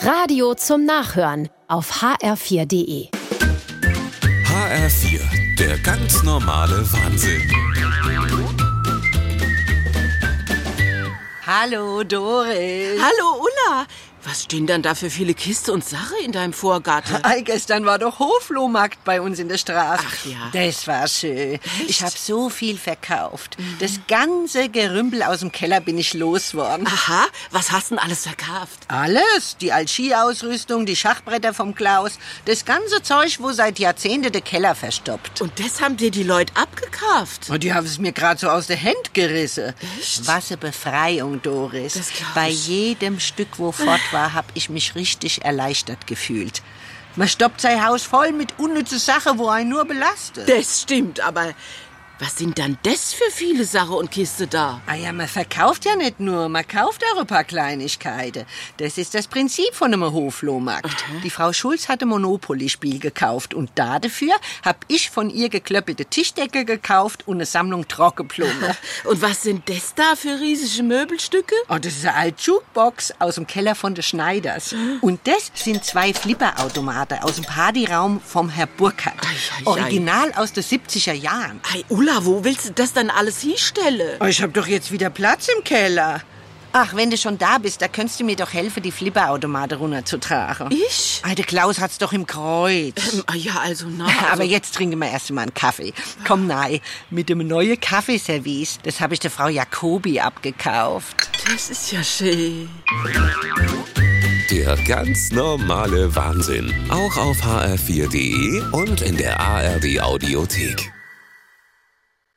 Radio zum Nachhören auf hr4.de. HR4, der ganz normale Wahnsinn. Hallo, Doris. Hallo Ulla, was stehen denn da für viele Kisten und Sache in deinem Vorgarten? Ei, gestern war doch Hoflohmarkt bei uns in der Straße. Ach ja. Das war schön. Ich habe so viel verkauft. Mhm. Das ganze Gerümpel aus dem Keller bin ich losworden. Aha, was hast denn alles verkauft? Alles, die Alschi-Ausrüstung, die Schachbretter vom Klaus, das ganze Zeug, wo seit Jahrzehnten der Keller verstoppt. Und das haben dir die Leute abgekauft. Und die haben es mir gerade so aus der Hand gerissen. Was eine Befreiung, Doris. Das glaub Bei ich. jedem Stück, wo fort war, habe ich mich richtig erleichtert gefühlt. Man stoppt sein Haus voll mit unnütze Sachen, wo einen nur belastet. Das stimmt, aber was sind dann das für viele Sache und Kiste da? Ah ja, man verkauft ja nicht nur, man kauft auch ein paar Kleinigkeiten. Das ist das Prinzip von einem Hoflohmarkt. Die Frau Schulz hat ein Monopoly-Spiel gekauft und da dafür hab ich von ihr geklöppelte Tischdecke gekauft und eine Sammlung Trockenblumen. Und was sind das da für riesige Möbelstücke? Und Oh, das ist eine alte Jukebox aus dem Keller von der Schneiders. Und das sind zwei Flipperautomaten aus dem Partyraum vom Herr Burkhardt. Ei, ei, ei. Original aus den 70er Jahren. Oh, Hey Ulla, wo willst du das dann alles hinstellen? Ich hab doch jetzt wieder Platz im Keller. Ach, wenn du schon da bist, da könntest du mir doch helfen, die Flipperautomate runterzutragen. Ich? Alter Klaus hat's doch im Kreuz. Ähm, ah ja, also na. Also, Aber jetzt trinken wir erst mal einen Kaffee. Komm nein, mit dem neuen Kaffeeservice, das habe ich der Frau Jacobi abgekauft. das ist ja schön. Der ganz normale Wahnsinn. Auch auf hr4.de und in der ARD Audiothek.